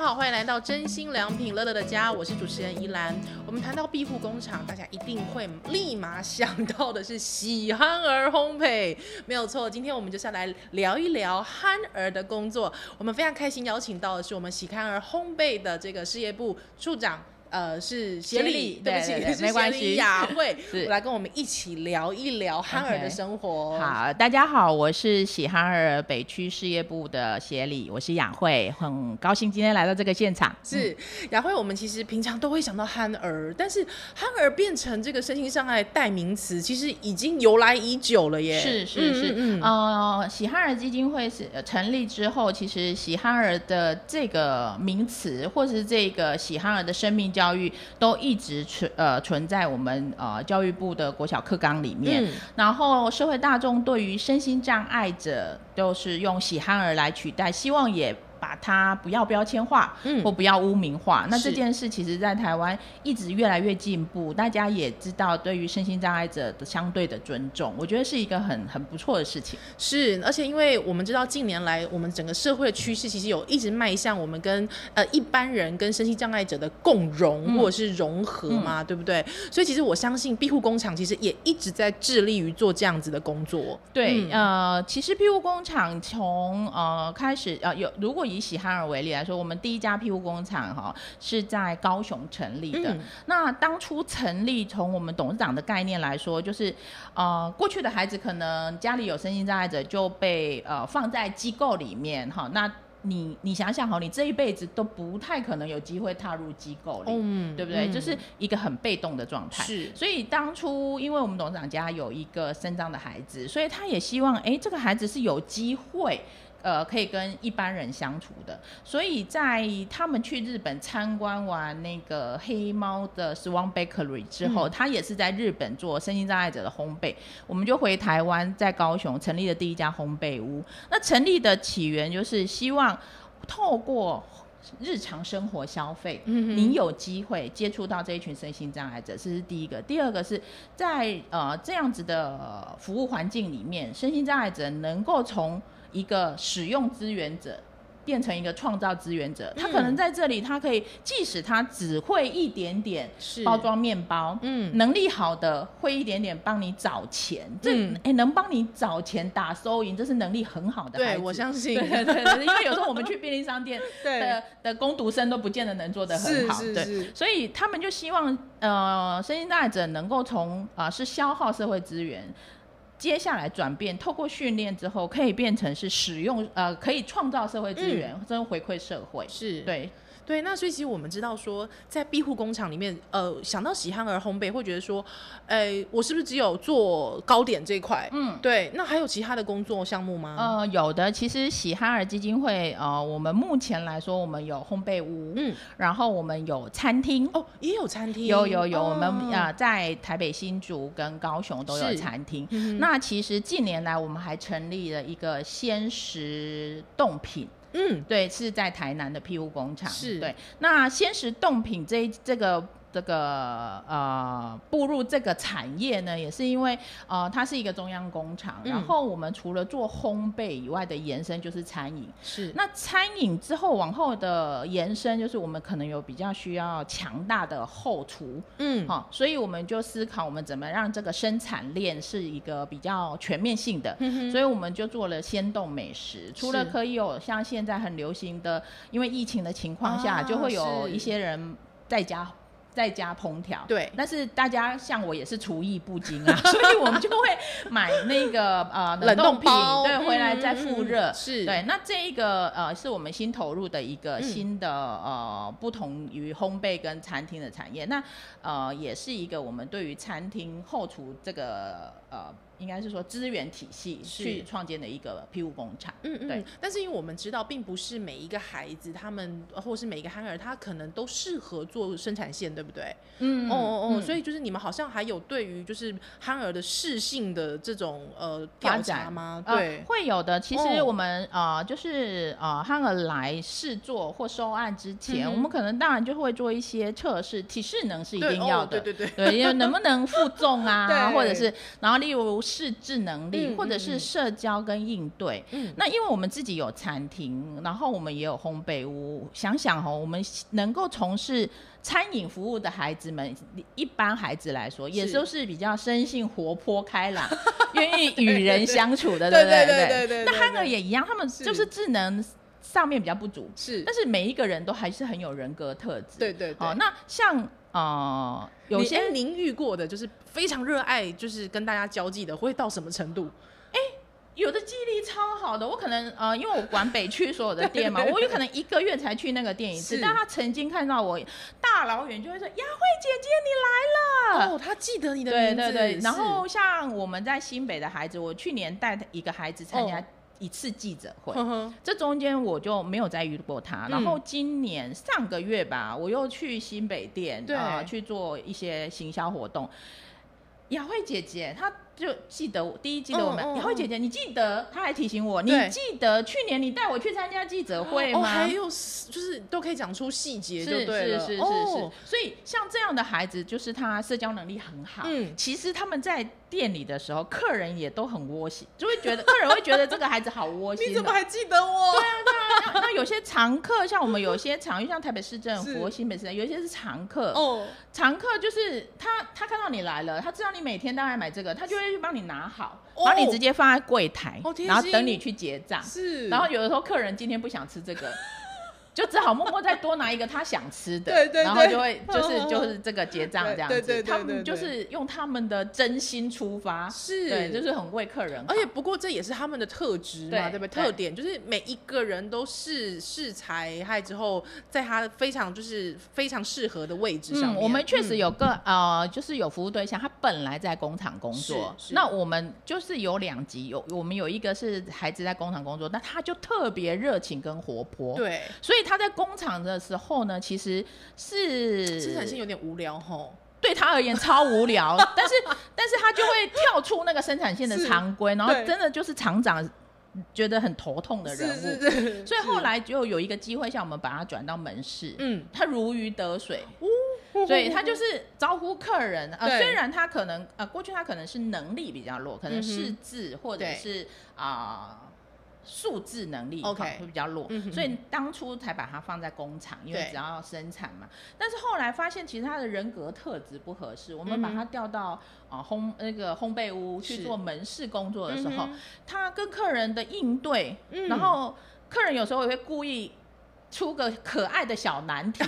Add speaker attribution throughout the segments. Speaker 1: 好，欢迎来到真心良品乐乐的家，我是主持人依兰。我们谈到庇护工厂，啊大家一定会立马想到的是喜憨儿烘焙，没有错。今天我们就是要来聊一聊憨儿的工作。我们非常开心邀请到的是我们喜憨儿烘焙的这个事业部处长。呃，是协
Speaker 2: 呃协
Speaker 1: 理
Speaker 2: 理，
Speaker 1: 对不
Speaker 2: 对
Speaker 1: 起，
Speaker 2: 对对
Speaker 1: 是
Speaker 2: 没关
Speaker 1: 协理
Speaker 2: 系
Speaker 1: 雅慧
Speaker 2: 是
Speaker 1: 来跟我们一起聊一聊憨儿的
Speaker 2: OK
Speaker 1: 生活。
Speaker 2: 好，大家好，我是喜憨儿北区事业部的协理，我是雅慧，很高兴今天来到这个现场。
Speaker 1: 是
Speaker 2: 嗯
Speaker 1: 雅慧，我们其实平常都会想到憨儿，但是憨儿变成这个身心障碍代名词，其实已经由来已久了耶。
Speaker 2: 是是是，
Speaker 1: 嗯嗯嗯
Speaker 2: 呃，喜憨儿基金会是呃成立之后，其实喜憨儿的这个名词，或是这个喜憨儿的生命教育，都一直存呃存在我们呃教育部的国小课纲里面。
Speaker 1: 嗯
Speaker 2: 然后社会大众对于身心障碍者，都是用喜憨儿来取代，希望也。把它不要标签化，
Speaker 1: 嗯
Speaker 2: 或不要污名化。那这
Speaker 1: 是
Speaker 2: 件事其实，在台湾一直越来越进步，大家也知道对于身心障碍者的相对的尊重，我觉得是一个很很不错的事情。
Speaker 1: 是，而且因为我们知道近年来我们整个社会的趋势，其实有一直迈向我们跟呃一般人跟身心障碍者的共融、
Speaker 2: 嗯
Speaker 1: 或者是融合嘛，对不对？所以其实我相信庇护工厂其实也一直在致力于做这样子的工作。
Speaker 2: 对，
Speaker 1: 嗯
Speaker 2: 呃，其实庇护工厂从呃开始，呃，有如果以喜憨儿为例来说，我们第一家庇护工厂哈、是在高雄成立的。
Speaker 1: 嗯
Speaker 2: 那当初成立，从我们董事长的概念来说，就是呃，过去的孩子可能家里有身心障碍者就被呃放在机构里面哈、那你你想想哈，你这一辈子都不太可能有机会踏入机构里，
Speaker 1: 嗯
Speaker 2: 对不对？
Speaker 1: 嗯
Speaker 2: 就是一个很被动的状态。
Speaker 1: 是
Speaker 2: 所以当初因为我们董事长家有一个身障的孩子，所以他也希望，哎，这个孩子是有机会。呃，可以跟一般人相处的，所以在他们去日本参观完那个黑猫的 Swan Bakery 之后，他也是在日本做身心障碍者的烘焙，我们就回台湾，在高雄成立了第一家烘焙屋。那成立的起源就是希望透过日常生活消费，
Speaker 1: 嗯哼
Speaker 2: 你有机会接触到这一群身心障碍者，这是第一个。第二个是在呃这样子的呃服务环境里面，身心障碍者能够从一个使用资源者。变成一个创造资源者，他可能
Speaker 1: 嗯
Speaker 2: 在这里，他可以即使他只会一点点
Speaker 1: 是
Speaker 2: 包，装面包，
Speaker 1: 嗯，
Speaker 2: 能力好的会一点点帮你找钱，这哎、
Speaker 1: 嗯
Speaker 2: 诶能帮你找钱打收银，这是能力很好的
Speaker 1: 对
Speaker 2: 孩子。
Speaker 1: 我相信，
Speaker 2: 对对对对，因为 有时候我们去便利商店
Speaker 1: 对
Speaker 2: 的的工读生都不见得能做得很好，
Speaker 1: 是是
Speaker 2: 对。
Speaker 1: 是，
Speaker 2: 所以他们就希望呃，身心障碍者能够从啊、是消耗社会资源，接下来转变，透过训练之后，可以变成是使用呃，可以创造社会资源，真回馈社会。
Speaker 1: 嗯是
Speaker 2: 对，
Speaker 1: 对，那所以其实我们知道说，在庇护工厂里面，呃，想到喜憨儿烘焙，会觉得说，哎，我是不是只有做糕点这一块？
Speaker 2: 嗯，
Speaker 1: 对，那还有其他的工作项目吗？
Speaker 2: 呃，有的，其实喜憨儿基金会，呃，我们目前来说，我们有烘焙屋，
Speaker 1: 嗯，
Speaker 2: 然后我们有餐厅。
Speaker 1: 哦，也有餐厅，
Speaker 2: 有有有，我们
Speaker 1: 哦
Speaker 2: 啊、呃在台北、新竹跟高雄都有
Speaker 1: 是
Speaker 2: 餐厅。
Speaker 1: 嗯哼
Speaker 2: 那其实近年来，我们还成立了一个鲜食冻品，
Speaker 1: 嗯，
Speaker 2: 对，是在台南的庇护工厂。
Speaker 1: 是
Speaker 2: 对。那鲜食冻品这一这个。这个呃，步入这个产业呢，也是因为呃，它是一个中央工厂，
Speaker 1: 嗯
Speaker 2: 然后我们除了做烘焙以外的延伸就是餐饮。
Speaker 1: 是
Speaker 2: 那餐饮之后往后的延伸，就是我们可能有比较需要强大的后厨，
Speaker 1: 嗯
Speaker 2: 好、所以我们就思考我们怎么让这个生产链是一个比较全面性的。所以我们就做了鲜冻美食，除了
Speaker 1: 嗯是
Speaker 2: 可以有像现在很流行的，因为疫情的情况下，
Speaker 1: 啊
Speaker 2: 就会有
Speaker 1: 是
Speaker 2: 一些人在家。在家烹调，
Speaker 1: 对
Speaker 2: 但是大家像我也是厨艺不精啊， 所以我们就会买那个呃
Speaker 1: 冷冻
Speaker 2: 冻品，
Speaker 1: 包
Speaker 2: 对，回来
Speaker 1: 嗯
Speaker 2: 再
Speaker 1: 嗯
Speaker 2: 复
Speaker 1: 嗯
Speaker 2: 热，
Speaker 1: 是
Speaker 2: 对。那这一个呃是我们新投入的一个
Speaker 1: 嗯
Speaker 2: 新的、呃不同于烘焙跟餐厅的产业，那呃也是一个我们对于餐厅后厨这个呃应该是说资源体系
Speaker 1: 是
Speaker 2: 去创建的一个庇护工厂。
Speaker 1: 嗯嗯
Speaker 2: 对，
Speaker 1: 但是因为我们知道，并不是每一个孩子，他们呃或是每一个憨儿，他可能都适合做生产线，对不对？
Speaker 2: 嗯
Speaker 1: 哦哦哦，所以就是你们好像还有对于就是憨儿的适性的这种呃调
Speaker 2: 发展
Speaker 1: 查吗？
Speaker 2: 呃
Speaker 1: 对，
Speaker 2: 会有的。其实
Speaker 1: 哦
Speaker 2: 我们、呃，就是呃，汉尔来试做或收案之前，
Speaker 1: 嗯哼
Speaker 2: 我们可能当然就会做一些测试，体适能是一
Speaker 1: 对
Speaker 2: 定
Speaker 1: 哦
Speaker 2: 要的。
Speaker 1: 对对对，
Speaker 2: 对，因为能不能负重啊，
Speaker 1: 对
Speaker 2: 或者是然后啊，例如识字能力，
Speaker 1: 嗯
Speaker 2: 或者
Speaker 1: 嗯
Speaker 2: 是
Speaker 1: 嗯
Speaker 2: 社交跟应对。
Speaker 1: 嗯，
Speaker 2: 那因为我们自己有餐厅，然后我们也有烘焙屋，想想哦，我们能够从事餐饮服务的孩子们，一般孩子来说，也
Speaker 1: 是
Speaker 2: 都是比较生性活泼开 朗，愿意与人相处的，
Speaker 1: 对
Speaker 2: 不
Speaker 1: 对
Speaker 2: 对
Speaker 1: 对对对
Speaker 2: 那
Speaker 1: 对
Speaker 2: 憨儿
Speaker 1: 对
Speaker 2: 也一样，他们
Speaker 1: 是
Speaker 2: 就是智能上面比较不足，
Speaker 1: 是，
Speaker 2: 但是每一个人都还是很有人格特质。
Speaker 1: 对对对。
Speaker 2: 好、那像呃，有
Speaker 1: 你
Speaker 2: 些
Speaker 1: 哎您遇过的就是非常热爱，就是跟大家交际的，会到什么程度？
Speaker 2: 有的记忆力超好的，我可能呃，因为我管北区所有的店嘛，
Speaker 1: 对对对
Speaker 2: 我有可能一个月才去那个店一次
Speaker 1: 是，
Speaker 2: 但他曾经看到我大老远就会说：“雅慧姐姐，你来了。
Speaker 1: 哦，他记得你的
Speaker 2: 对
Speaker 1: 名字，
Speaker 2: 对对，然
Speaker 1: 是
Speaker 2: 后像我们在新北的孩子，我去年带一个孩子参加一次记者会，
Speaker 1: 呵呵
Speaker 2: 这中间我就没有再遇过他。
Speaker 1: 嗯
Speaker 2: 然后今年上个月吧，我又去新北店
Speaker 1: 对
Speaker 2: 啊、呃去做一些行销活动。雅慧姐姐，她就记得我第一记得我们。
Speaker 1: 嗯嗯
Speaker 2: 雅慧姐姐，你记得？她还提醒我，你
Speaker 1: 对
Speaker 2: 记得去年你带我去参加记者会
Speaker 1: 哦，
Speaker 2: 吗？
Speaker 1: 还有就是都可以讲出细节，
Speaker 2: 是
Speaker 1: 就是对
Speaker 2: 是
Speaker 1: 了，
Speaker 2: 是是是，
Speaker 1: 哦
Speaker 2: 所以像这样的孩子，就是他社交能力很好。
Speaker 1: 嗯
Speaker 2: 其实他们在店里的时候，客人也都很窝心，就会觉得客人会觉得这个孩子好窝心、哦。
Speaker 1: 你怎么还记得我？
Speaker 2: 那那有些常客，像我 们有些常，像台北市政
Speaker 1: 是
Speaker 2: 府、或新北市政府，有一些是常客。
Speaker 1: 哦，
Speaker 2: 常客就是他，他看到你来了，他知道你每天大概买这个，他就会去帮你拿好，
Speaker 1: 哦
Speaker 2: 把你直接放在柜台，
Speaker 1: 好贴心
Speaker 2: 然后等你去结账。
Speaker 1: 是，
Speaker 2: 然后有的时候客人今天不想吃这 个。就只好默默再多拿一个他想吃的，
Speaker 1: 对对对
Speaker 2: 然后就会就是
Speaker 1: 好好好
Speaker 2: 就是这个结账这样子，
Speaker 1: 对对对对
Speaker 2: 他
Speaker 1: 对
Speaker 2: 们
Speaker 1: 对
Speaker 2: 就是用他们的真心出发，
Speaker 1: 是
Speaker 2: 对，就是很为客人好，
Speaker 1: 而且不过这也是他们的特质嘛，对
Speaker 2: 对
Speaker 1: 不对？
Speaker 2: 对
Speaker 1: 特点就是每一个人都是适才害之后，在他非常就是非常适合的位置上面。
Speaker 2: 嗯、我们确实有个、呃，就是有服务对象，他本来在工厂工作，
Speaker 1: 是是
Speaker 2: 那我们就是有两级，有我们有一个是孩子在工厂工作，那他就特别热情跟活泼，，
Speaker 1: 对，
Speaker 2: 所以他在工厂的时候呢，其实是
Speaker 1: 生产性有点无聊吼。
Speaker 2: 对他而言超 无聊，但是但是他就会跳出那个生产线的
Speaker 1: 是
Speaker 2: 常规，然后
Speaker 1: 对
Speaker 2: 真的就是厂长觉得很头痛的人物，
Speaker 1: 是是是，
Speaker 2: 所以 后
Speaker 1: 是
Speaker 2: 来就有一个机会，像我们把他转到门市，
Speaker 1: 嗯，
Speaker 2: 他如鱼得水， 所以他就是招呼客人。呃，
Speaker 1: 对
Speaker 2: 虽然他可能呃过去他可能是能力比较弱，可能
Speaker 1: 嗯哼
Speaker 2: 识字或者
Speaker 1: 对
Speaker 2: 是啊。数字能力
Speaker 1: OK
Speaker 2: 哈会比较弱
Speaker 1: 嗯哼
Speaker 2: 所以当初才把它放在工厂，因为
Speaker 1: 对
Speaker 2: 只要生产嘛。但是后来发现，其实他的人格特质不合适，
Speaker 1: 嗯
Speaker 2: 我
Speaker 1: 哼
Speaker 2: 们把他调到啊、呃烘那个烘焙屋去
Speaker 1: 是
Speaker 2: 做门市工作的时候，
Speaker 1: 嗯哼
Speaker 2: 他跟客人的应对，
Speaker 1: 嗯
Speaker 2: 然后客人有时候也会故意出个可爱的小 难题。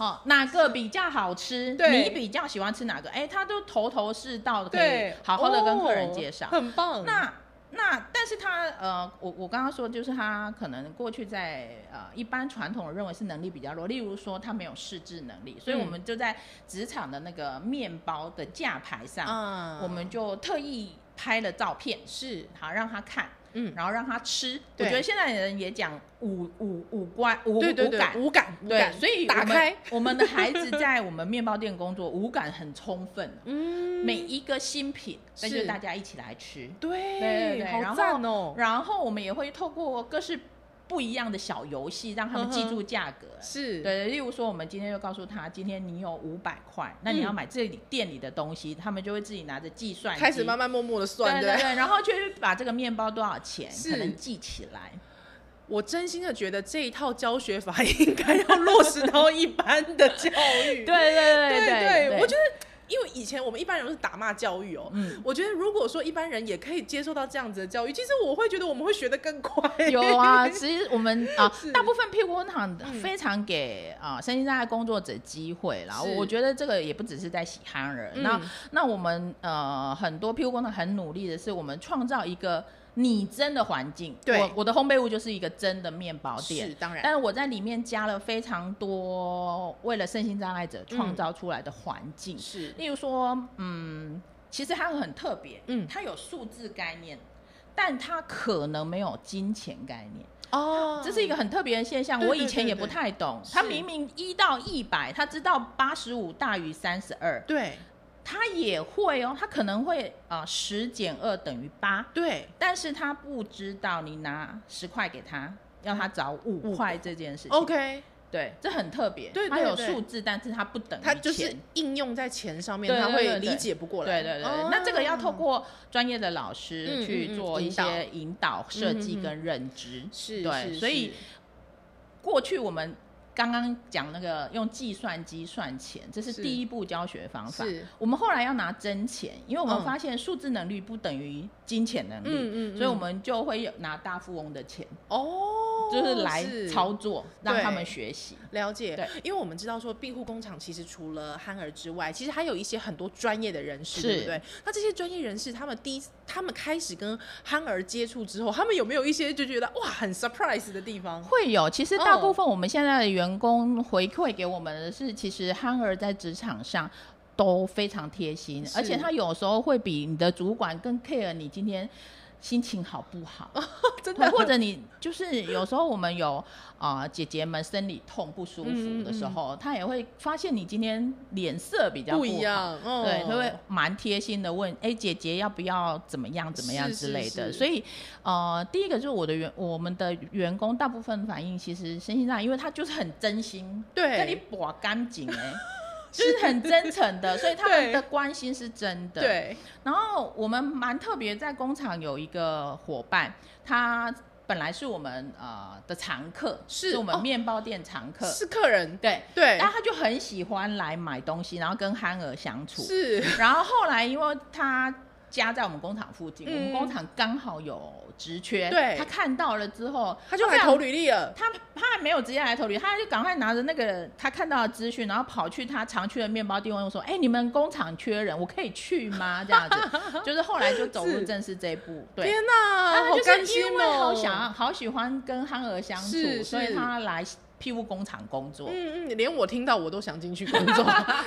Speaker 2: 哦，哪个比较好吃？
Speaker 1: 对
Speaker 2: 你比较喜欢吃哪个？哎、他都头头是道的，可以
Speaker 1: 对，
Speaker 2: 好好的跟客人
Speaker 1: 哦
Speaker 2: 介绍。
Speaker 1: 很棒。
Speaker 2: 那那，但是他呃，我我刚刚说，就是他可能过去在呃，一般传统认为是能力比较弱，例如说他没有试制能力，所以
Speaker 1: 嗯
Speaker 2: 我们就在职场的那个面包的架牌上，
Speaker 1: 啊
Speaker 2: 我们就特意拍了照片，
Speaker 1: 是
Speaker 2: 好让他看，
Speaker 1: 嗯，
Speaker 2: 然后让他吃。我
Speaker 1: 对
Speaker 2: 觉得现在人也讲五五五官五
Speaker 1: 对对
Speaker 2: 五
Speaker 1: 对，
Speaker 2: 感。
Speaker 1: 无感无
Speaker 2: 对，
Speaker 1: 感，
Speaker 2: 所以我
Speaker 1: 打
Speaker 2: 们
Speaker 1: 开，
Speaker 2: 我们的孩子在我们面包店工作，五感很充分，
Speaker 1: 嗯，
Speaker 2: 每一个新品，那就是是大家一起来吃。
Speaker 1: 对
Speaker 2: 对对然
Speaker 1: 好
Speaker 2: 后
Speaker 1: 赞哦，
Speaker 2: 然后我们也会透过各式不一样的小游戏，让他
Speaker 1: 嗯
Speaker 2: 们记住价格。
Speaker 1: 是，
Speaker 2: 对，例如说，我们今天就告诉他，今天你有五百块，那你要买这里店里的东西，他们就会自己拿着计算机
Speaker 1: 嗯开始慢慢默默的算，
Speaker 2: 对对对，然后就会把这个面包多少钱
Speaker 1: 是
Speaker 2: 可能记起来。
Speaker 1: 我真心的觉得这一套教学法应该要 落实到一般的教育。
Speaker 2: 对对
Speaker 1: 对
Speaker 2: 对对，
Speaker 1: 我觉得。因为以前我们一般人都是打骂教育哦，
Speaker 2: 嗯
Speaker 1: 我觉得如果说一般人也可以接受到这样子的教育，其实我会觉得我们会学得更快。
Speaker 2: 有啊，其实我们啊
Speaker 1: 是，
Speaker 2: 大部分庇护工厂
Speaker 1: 嗯
Speaker 2: 非常给啊身心障碍工作者机会啦。
Speaker 1: 是
Speaker 2: 我觉得这个也不只是在喜憨人，那
Speaker 1: 嗯
Speaker 2: 那我们呃很多庇护工厂很努力的是，我们创造一个拟真的环境。
Speaker 1: 对
Speaker 2: 我我的烘焙屋就是一个真的面包店
Speaker 1: 是，当然
Speaker 2: 但是我在里面加了非常多为了身心障碍者创造出来的环境，
Speaker 1: 是
Speaker 2: 例如说，嗯，其实它很特别，
Speaker 1: 嗯
Speaker 2: 嗯，它有数字概念，但它可能没有金钱概念，
Speaker 1: 哦
Speaker 2: 这是一个很特别的现象。
Speaker 1: 对
Speaker 2: 我
Speaker 1: 对
Speaker 2: 以前
Speaker 1: 对
Speaker 2: 也不
Speaker 1: 对
Speaker 2: 太懂，
Speaker 1: 是
Speaker 2: 他明明一到一百，他知道八十五大于三十二，
Speaker 1: 对
Speaker 2: 他也会哦，他可能会啊十减二等于八，
Speaker 1: 对
Speaker 2: 但是他不知道你拿十块给他，要他找五块这件事情。
Speaker 1: ，OK，
Speaker 2: 对，这很特别，
Speaker 1: 对对
Speaker 2: 它有
Speaker 1: 对
Speaker 2: 数字，但是它不等于
Speaker 1: 它就是
Speaker 2: 钱
Speaker 1: 应用在钱上面，
Speaker 2: 对对
Speaker 1: 他
Speaker 2: 对
Speaker 1: 会
Speaker 2: 对
Speaker 1: 理解不过来。
Speaker 2: 对对对，
Speaker 1: 哦
Speaker 2: 那这个要透过专业的老
Speaker 1: 嗯
Speaker 2: 师
Speaker 1: 嗯嗯
Speaker 2: 去做一
Speaker 1: 引导
Speaker 2: 些引导、设计
Speaker 1: 嗯嗯
Speaker 2: 跟认知。
Speaker 1: 是，
Speaker 2: 对
Speaker 1: 是
Speaker 2: 所以
Speaker 1: 是
Speaker 2: 过去我们刚刚讲那个用计算机算钱，这是
Speaker 1: 是
Speaker 2: 第一步教学方法。
Speaker 1: 是
Speaker 2: 我们后来要拿真钱，因为我
Speaker 1: 嗯
Speaker 2: 们发现数字能力不等于金钱能力，
Speaker 1: 嗯嗯嗯
Speaker 2: 所以我们就会有拿大富翁的钱，
Speaker 1: 哦，
Speaker 2: 就是来操作，让
Speaker 1: 对
Speaker 2: 他们学习。
Speaker 1: 了解
Speaker 2: 对，
Speaker 1: 因为我们知道说庇护工厂其实除了憨儿之外，其实还有一些很多专业的人士，
Speaker 2: 是
Speaker 1: 对不对？那这些专业人士，他们第一，他们开始跟憨儿接触之后，他们有没有一些就觉得哇很 surprise 的地方？
Speaker 2: 会有，其实大
Speaker 1: 哦
Speaker 2: 部分我们现在的员工回馈给我们的是，其实憨儿在职场上。都非常贴心，
Speaker 1: 是
Speaker 2: 而且他有时候会比你的主管更 care 你今天心情好不好，
Speaker 1: 哦真
Speaker 2: 对
Speaker 1: 的，
Speaker 2: 或者你就是有时候我们有啊、呃姐姐们生理痛不舒
Speaker 1: 嗯嗯
Speaker 2: 服的时候，他也会发现你今天脸色比较
Speaker 1: 不
Speaker 2: 不
Speaker 1: 一
Speaker 2: 好
Speaker 1: 样，哦
Speaker 2: 对，他会蛮贴心的问，哎、姐姐要不要怎么样怎么样
Speaker 1: 是
Speaker 2: 之
Speaker 1: 是
Speaker 2: 类的。
Speaker 1: 是
Speaker 2: 所以，呃，第一个就是我的员，我们的员工大部分反应其实身心上，因为他就是很真心，
Speaker 1: 对
Speaker 2: 跟你把干净哎，就是很真诚的，所以他
Speaker 1: 对
Speaker 2: 们的关心是真的。。
Speaker 1: 对，
Speaker 2: 然后我们蛮特别，在工厂有一个伙伴，他本来是我们呃的常客，
Speaker 1: 是
Speaker 2: 我
Speaker 1: 哦
Speaker 2: 们面包店常客，
Speaker 1: 是客人，
Speaker 2: 对。
Speaker 1: 对
Speaker 2: 但，他就很喜欢来买东西，然后跟憨儿相处。
Speaker 1: 是
Speaker 2: 然后后来因为他家在我们工厂附近，
Speaker 1: 嗯
Speaker 2: 我们工厂刚好有职缺，
Speaker 1: 对
Speaker 2: 他看到了之后，
Speaker 1: 他就
Speaker 2: 非
Speaker 1: 来
Speaker 2: 常
Speaker 1: 投。履历了，
Speaker 2: 他他还没有直接来投履，他就赶快拿着那个他看到的资讯，然后跑去他常去的面包店问我说：“哎、你们工厂缺人，我可以去吗？”这样 子，就是后来就走入
Speaker 1: 是
Speaker 2: 正式这一步。对，
Speaker 1: 天哪，
Speaker 2: 他
Speaker 1: 好甘
Speaker 2: 就是
Speaker 1: 心
Speaker 2: 因为
Speaker 1: 哦，
Speaker 2: 好想要好喜欢跟憨儿相
Speaker 1: 是
Speaker 2: 处，所以
Speaker 1: 是
Speaker 2: 他来庇护工厂工作。
Speaker 1: 嗯嗯，连我听到我都想进去工 作，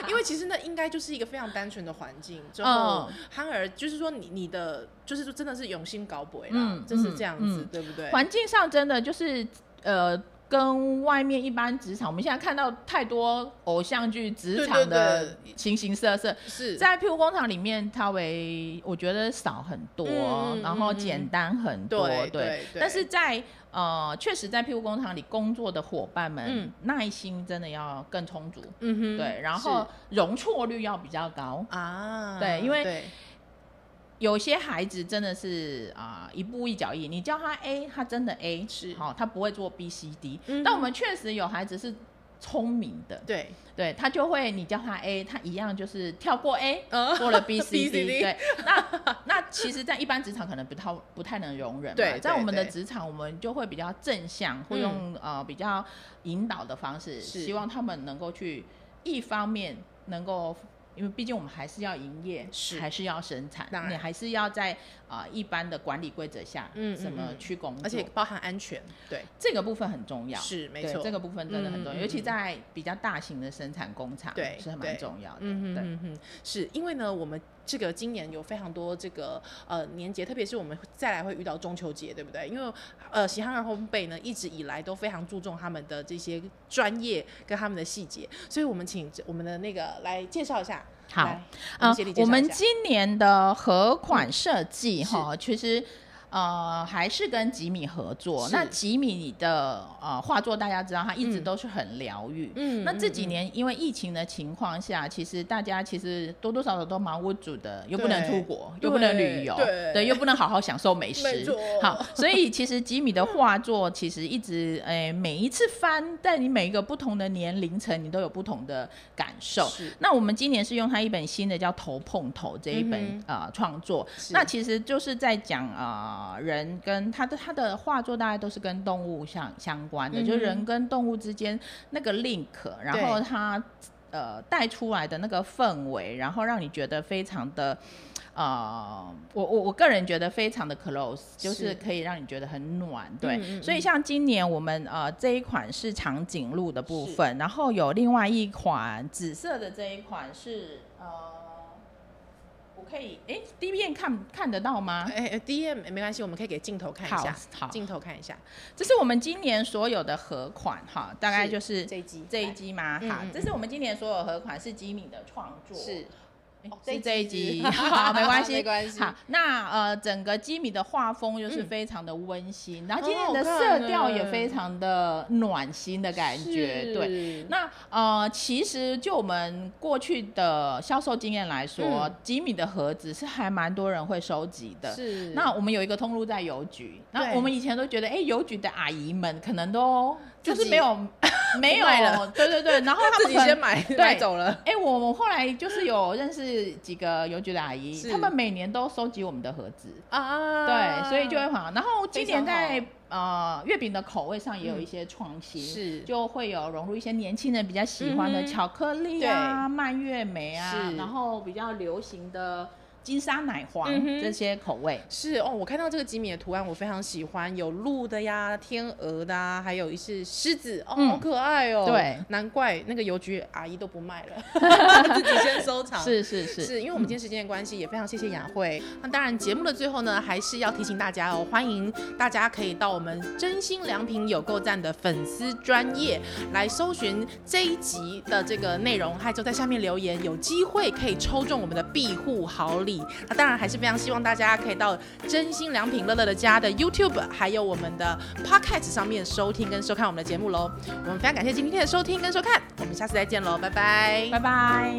Speaker 1: 因为其实那应该就是一个非常单纯的环境。之后
Speaker 2: 嗯，
Speaker 1: 憨儿就是说你你的就是说真的是用心搞鬼啦，
Speaker 2: 嗯
Speaker 1: 就是这样子，
Speaker 2: 嗯嗯
Speaker 1: 对不对？
Speaker 2: 环境上真的就是呃。跟外面一般职场，我们现在看到太多偶像剧职场
Speaker 1: 对
Speaker 2: 的
Speaker 1: 对
Speaker 2: 形形色色，
Speaker 1: 是
Speaker 2: 在庇护工厂里面，它为我觉得少很多，
Speaker 1: 嗯嗯
Speaker 2: 然后
Speaker 1: 嗯嗯
Speaker 2: 简单很多，
Speaker 1: 对对对
Speaker 2: 但是在呃，确实在庇护工厂里工作的伙伴们，
Speaker 1: 嗯
Speaker 2: 耐心真的要更充足，
Speaker 1: 嗯哼
Speaker 2: 对，然后容错率要比较高。
Speaker 1: 是啊，
Speaker 2: 对因为
Speaker 1: 对
Speaker 2: 有些孩子真的是啊、一步一脚印，你叫他 A，他真的 A
Speaker 1: 是
Speaker 2: 好、他不会做 B、C、D、
Speaker 1: 嗯哼
Speaker 2: 但我们确实有孩子是聪明的，
Speaker 1: 对
Speaker 2: 对他就会你叫他 A，他一样就是跳过 A，
Speaker 1: 嗯
Speaker 2: 过了 B、C、
Speaker 1: B C D
Speaker 2: D。对，那那其实，在一般职场可能不太不太能容忍嘛。
Speaker 1: 对对
Speaker 2: 在我们的
Speaker 1: 对嗯
Speaker 2: 职场，我们就会比较正向，会用、呃比较引导的方式，
Speaker 1: 是
Speaker 2: 希望他们能够去一方面能够。因为毕竟我们还是要营业，
Speaker 1: 是
Speaker 2: 还是要生产
Speaker 1: 当，然
Speaker 2: 你还是要在啊、呃一般的管理规则下，
Speaker 1: 嗯嗯
Speaker 2: 怎么
Speaker 1: 嗯
Speaker 2: 去工作，
Speaker 1: 而且包含安全，对，
Speaker 2: 这个部分很重要。
Speaker 1: 是没
Speaker 2: 对
Speaker 1: 错，
Speaker 2: 这个部分真的很重
Speaker 1: 嗯嗯
Speaker 2: 要，
Speaker 1: 嗯
Speaker 2: 尤其在比较大型的生产工厂，
Speaker 1: 对
Speaker 2: 是
Speaker 1: 对
Speaker 2: 蛮重要的。
Speaker 1: 嗯哼
Speaker 2: 对，
Speaker 1: 嗯哼，是因为呢，我们这个今年有非常多这个呃年节，特别是我们再来会遇到中秋节，对不对？因为呃，喜憨儿烘焙呢一直以来都非常注重他们的这些专业跟他们的细节，所以我们请我们的那个来介绍一下。
Speaker 2: 好
Speaker 1: 来，我
Speaker 2: 啊
Speaker 1: 们协理，介
Speaker 2: 我
Speaker 1: 绍一
Speaker 2: 们
Speaker 1: 下。
Speaker 2: 今年的合款设计
Speaker 1: 嗯是
Speaker 2: 哈，其实。呃，还是跟吉米合作。
Speaker 1: 是
Speaker 2: 那吉米的呃画作，大家知道，他一直
Speaker 1: 嗯
Speaker 2: 都是很疗愈。
Speaker 1: 嗯
Speaker 2: 那这
Speaker 1: 嗯
Speaker 2: 几
Speaker 1: 嗯
Speaker 2: 年因为疫情的情况下，其实大家其实多多少少都蛮无助的，又不能
Speaker 1: 对
Speaker 2: 出国，又不能旅游，
Speaker 1: 对
Speaker 2: 又不能好好享受美食
Speaker 1: 没错。
Speaker 2: 好，所以其实吉米的画作其实 一直，诶、每一次翻，在你每一个不同的年龄层，你都有不同的感受。
Speaker 1: 是
Speaker 2: 那我们今年是用他一本新的叫《头碰头》这一本、
Speaker 1: 嗯
Speaker 2: 呃创作，
Speaker 1: 是
Speaker 2: 那其实就是在讲呃人跟他的他的画作大概都是跟动物相相关的，
Speaker 1: 嗯哼
Speaker 2: 就是人跟动物之间那个 link，然后他呃带出来的那个氛围，然后让你觉得非常的。呃，我我我个人觉得非常的 close，就是
Speaker 1: 是
Speaker 2: 可以让你觉得很暖，对。
Speaker 1: 嗯嗯
Speaker 2: 所以像今年我们呃这一款是长颈鹿的部
Speaker 1: 是
Speaker 2: 分，然后有另外一款紫色的这一款是呃我可以，哎，第一眼看看得到吗？
Speaker 1: 哎、哎 d m 没关系，我们可以给镜头看一下，
Speaker 2: 好好
Speaker 1: 镜头看一下，
Speaker 2: 这是我们今年所有的合款哈，大概就是
Speaker 1: 这一集
Speaker 2: 这一
Speaker 1: 来
Speaker 2: 季嘛，
Speaker 1: 嗯
Speaker 2: 好
Speaker 1: 嗯嗯，
Speaker 2: 这是我们今年所有合款是吉米的创作，
Speaker 1: 是，
Speaker 2: 诶
Speaker 3: 哦
Speaker 2: 是
Speaker 3: 这
Speaker 2: 这
Speaker 3: 一
Speaker 2: 一
Speaker 3: 集
Speaker 2: 集，
Speaker 3: 是
Speaker 2: 好，没关系，
Speaker 3: 没关系
Speaker 2: 好，那呃，整个基米的画风就是
Speaker 1: 嗯
Speaker 2: 非常的温馨，然后
Speaker 1: 很
Speaker 2: 今天
Speaker 1: 好
Speaker 2: 的
Speaker 1: 看
Speaker 2: 色调也
Speaker 1: 欸
Speaker 2: 非常的暖心的感觉，对。
Speaker 1: 对
Speaker 2: 那呃，其实就我们过去的销售经验来说，
Speaker 1: 嗯
Speaker 2: 吉米的盒子是还蛮多人会收集的。
Speaker 1: 是
Speaker 2: 那我们有一个通路在邮局，那
Speaker 1: 对
Speaker 2: 我们以前都觉得，哎，邮局的阿姨们可能都就
Speaker 1: 自
Speaker 2: 是
Speaker 1: 己
Speaker 2: 没 有没有
Speaker 1: 卖了，
Speaker 2: 对对对，然后他
Speaker 1: 自
Speaker 2: 们
Speaker 1: 己
Speaker 2: 可能
Speaker 1: 先买
Speaker 2: 对
Speaker 1: 买走了，
Speaker 2: 哎、我我后来就是有认识几个邮局的阿姨，
Speaker 1: 是
Speaker 2: 他们每年都收集我们的盒子，
Speaker 1: 啊
Speaker 2: 对，所以就会很好。然后今年
Speaker 1: 非
Speaker 2: 在呃月饼的口味上也有
Speaker 1: 嗯
Speaker 2: 一些创新，
Speaker 1: 是
Speaker 2: 就会有融入一些年轻人比较喜欢的
Speaker 1: 嗯哼
Speaker 2: 巧克力啊、蔓越莓啊
Speaker 1: 是，
Speaker 2: 然后比较流行的金沙奶黄、
Speaker 1: 嗯哼
Speaker 2: 这些口味。
Speaker 1: 是哦，我看到这个吉米的图案，我非常喜欢，有鹿的呀、天鹅的啊，还有一是狮子，哦，
Speaker 2: 嗯
Speaker 1: 好可爱哦。
Speaker 2: 对，
Speaker 1: 难怪那个邮局阿姨都不卖 了，自己先收藏。
Speaker 2: 是是是
Speaker 1: 是因为我们今天时间的关系，也非常谢谢雅慧。那当然，节目的最后呢，还是要提醒大家哦，欢迎大家可以到我们真心良品有购站的粉丝专业来搜寻这一集的这个内容，还有就在下面留言，有机会可以抽中我们的庇护好礼。那当然，还是非常希望大家可以到真心良品乐乐的家的 YouTube，还有我们的 Podcast 上面收听跟收看我们的节目喽。我们非常感谢今天的收听跟收看，我们下次再见喽，拜拜
Speaker 2: 拜拜。